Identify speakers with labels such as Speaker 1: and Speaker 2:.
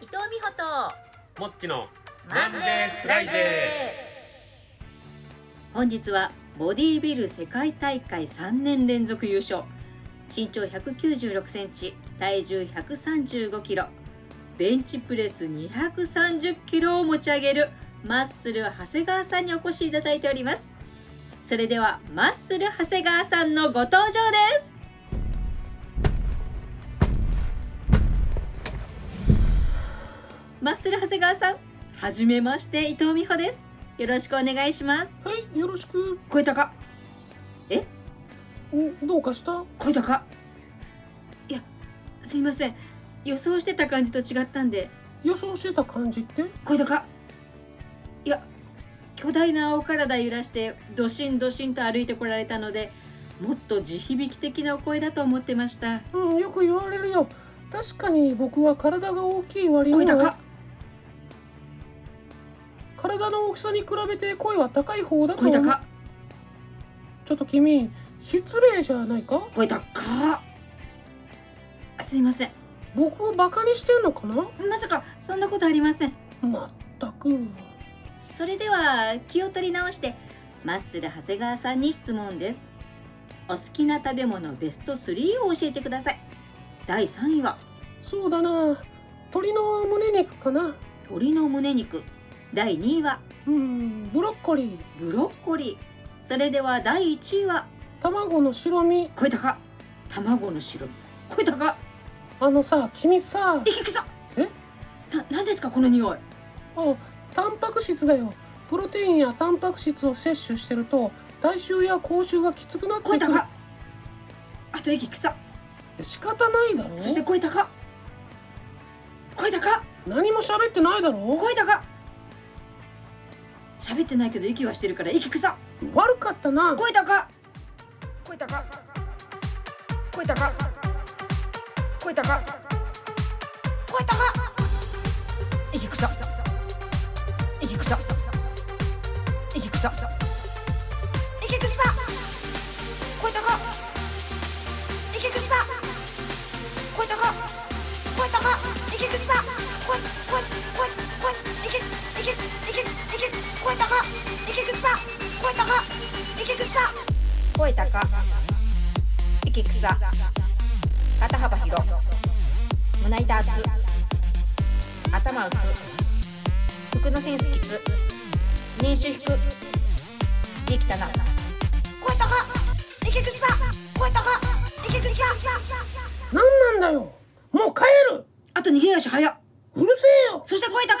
Speaker 1: 伊藤美穂と
Speaker 2: もっちの
Speaker 1: マンデーフライデ
Speaker 3: 本日はボディビル世界大会3年連続優勝身長196センチ体重135キロベンチプレス230キロを持ち上げるマッスル長谷川さんにお越しいただいておりますそれではマッスル長谷川さんのご登場ですマッスル長谷川さんはじめまして伊藤美穂ですよろしくお願いします
Speaker 4: はい、よろしく。
Speaker 3: 声高
Speaker 4: んどうかした
Speaker 3: 声高いやすいません予想してた感じと違ったんで
Speaker 4: 予想してた感じって
Speaker 3: 声高いや巨大なお体揺らしてドシンドシンと歩いてこられたのでもっと地響き的なお声だと思ってました
Speaker 4: うん、よく言われるよ。確かに僕は体が大きい割に
Speaker 3: 声
Speaker 4: は
Speaker 3: 高
Speaker 4: 体の大きさに比べて声は高い方だと思
Speaker 3: 声
Speaker 4: う
Speaker 3: 高
Speaker 4: ちょっと君、失礼じゃないか
Speaker 3: 声高あすいません
Speaker 4: 僕をバカにしてんのかな
Speaker 3: まさかそんなことありません
Speaker 4: まったく。
Speaker 3: それでは気を取り直してマッスル長谷川さんに質問ですお好きな食べ物ベスト3を教えてください第3位は
Speaker 4: そうだな。鳥の胸肉かな
Speaker 3: 鶏の胸肉第2位は
Speaker 4: うん、ブロッコリー。
Speaker 3: ブロッコリーそれでは第1位は
Speaker 4: 卵の白身。
Speaker 3: 声高卵の白身声高
Speaker 4: あのさ、君さ
Speaker 3: え、菊さん
Speaker 4: え
Speaker 3: な何ですかこの匂い
Speaker 4: あ、タンパク質だよ。プロテインやタンパク質を摂取してると、体臭や口臭がきつくなってく
Speaker 3: 声
Speaker 4: る。
Speaker 3: 高あと息臭
Speaker 4: 仕方ないだろ
Speaker 3: そして声高声高
Speaker 4: 何も喋ってないだろ
Speaker 3: 声高喋ってないけど息はしてるから息臭
Speaker 4: 悪かったな
Speaker 3: 声高声高声高声高声高息臭息臭息臭息臭声高息臭声高声高息臭声声声声息息息息声高息臭声高息臭声高息臭肩幅広胸板厚頭薄服のセンスきつ年収引く字汚な声高息臭声高息臭
Speaker 4: 何なんだよもう帰る
Speaker 3: あと逃げ足早っ
Speaker 4: うるせえよ
Speaker 3: そして声高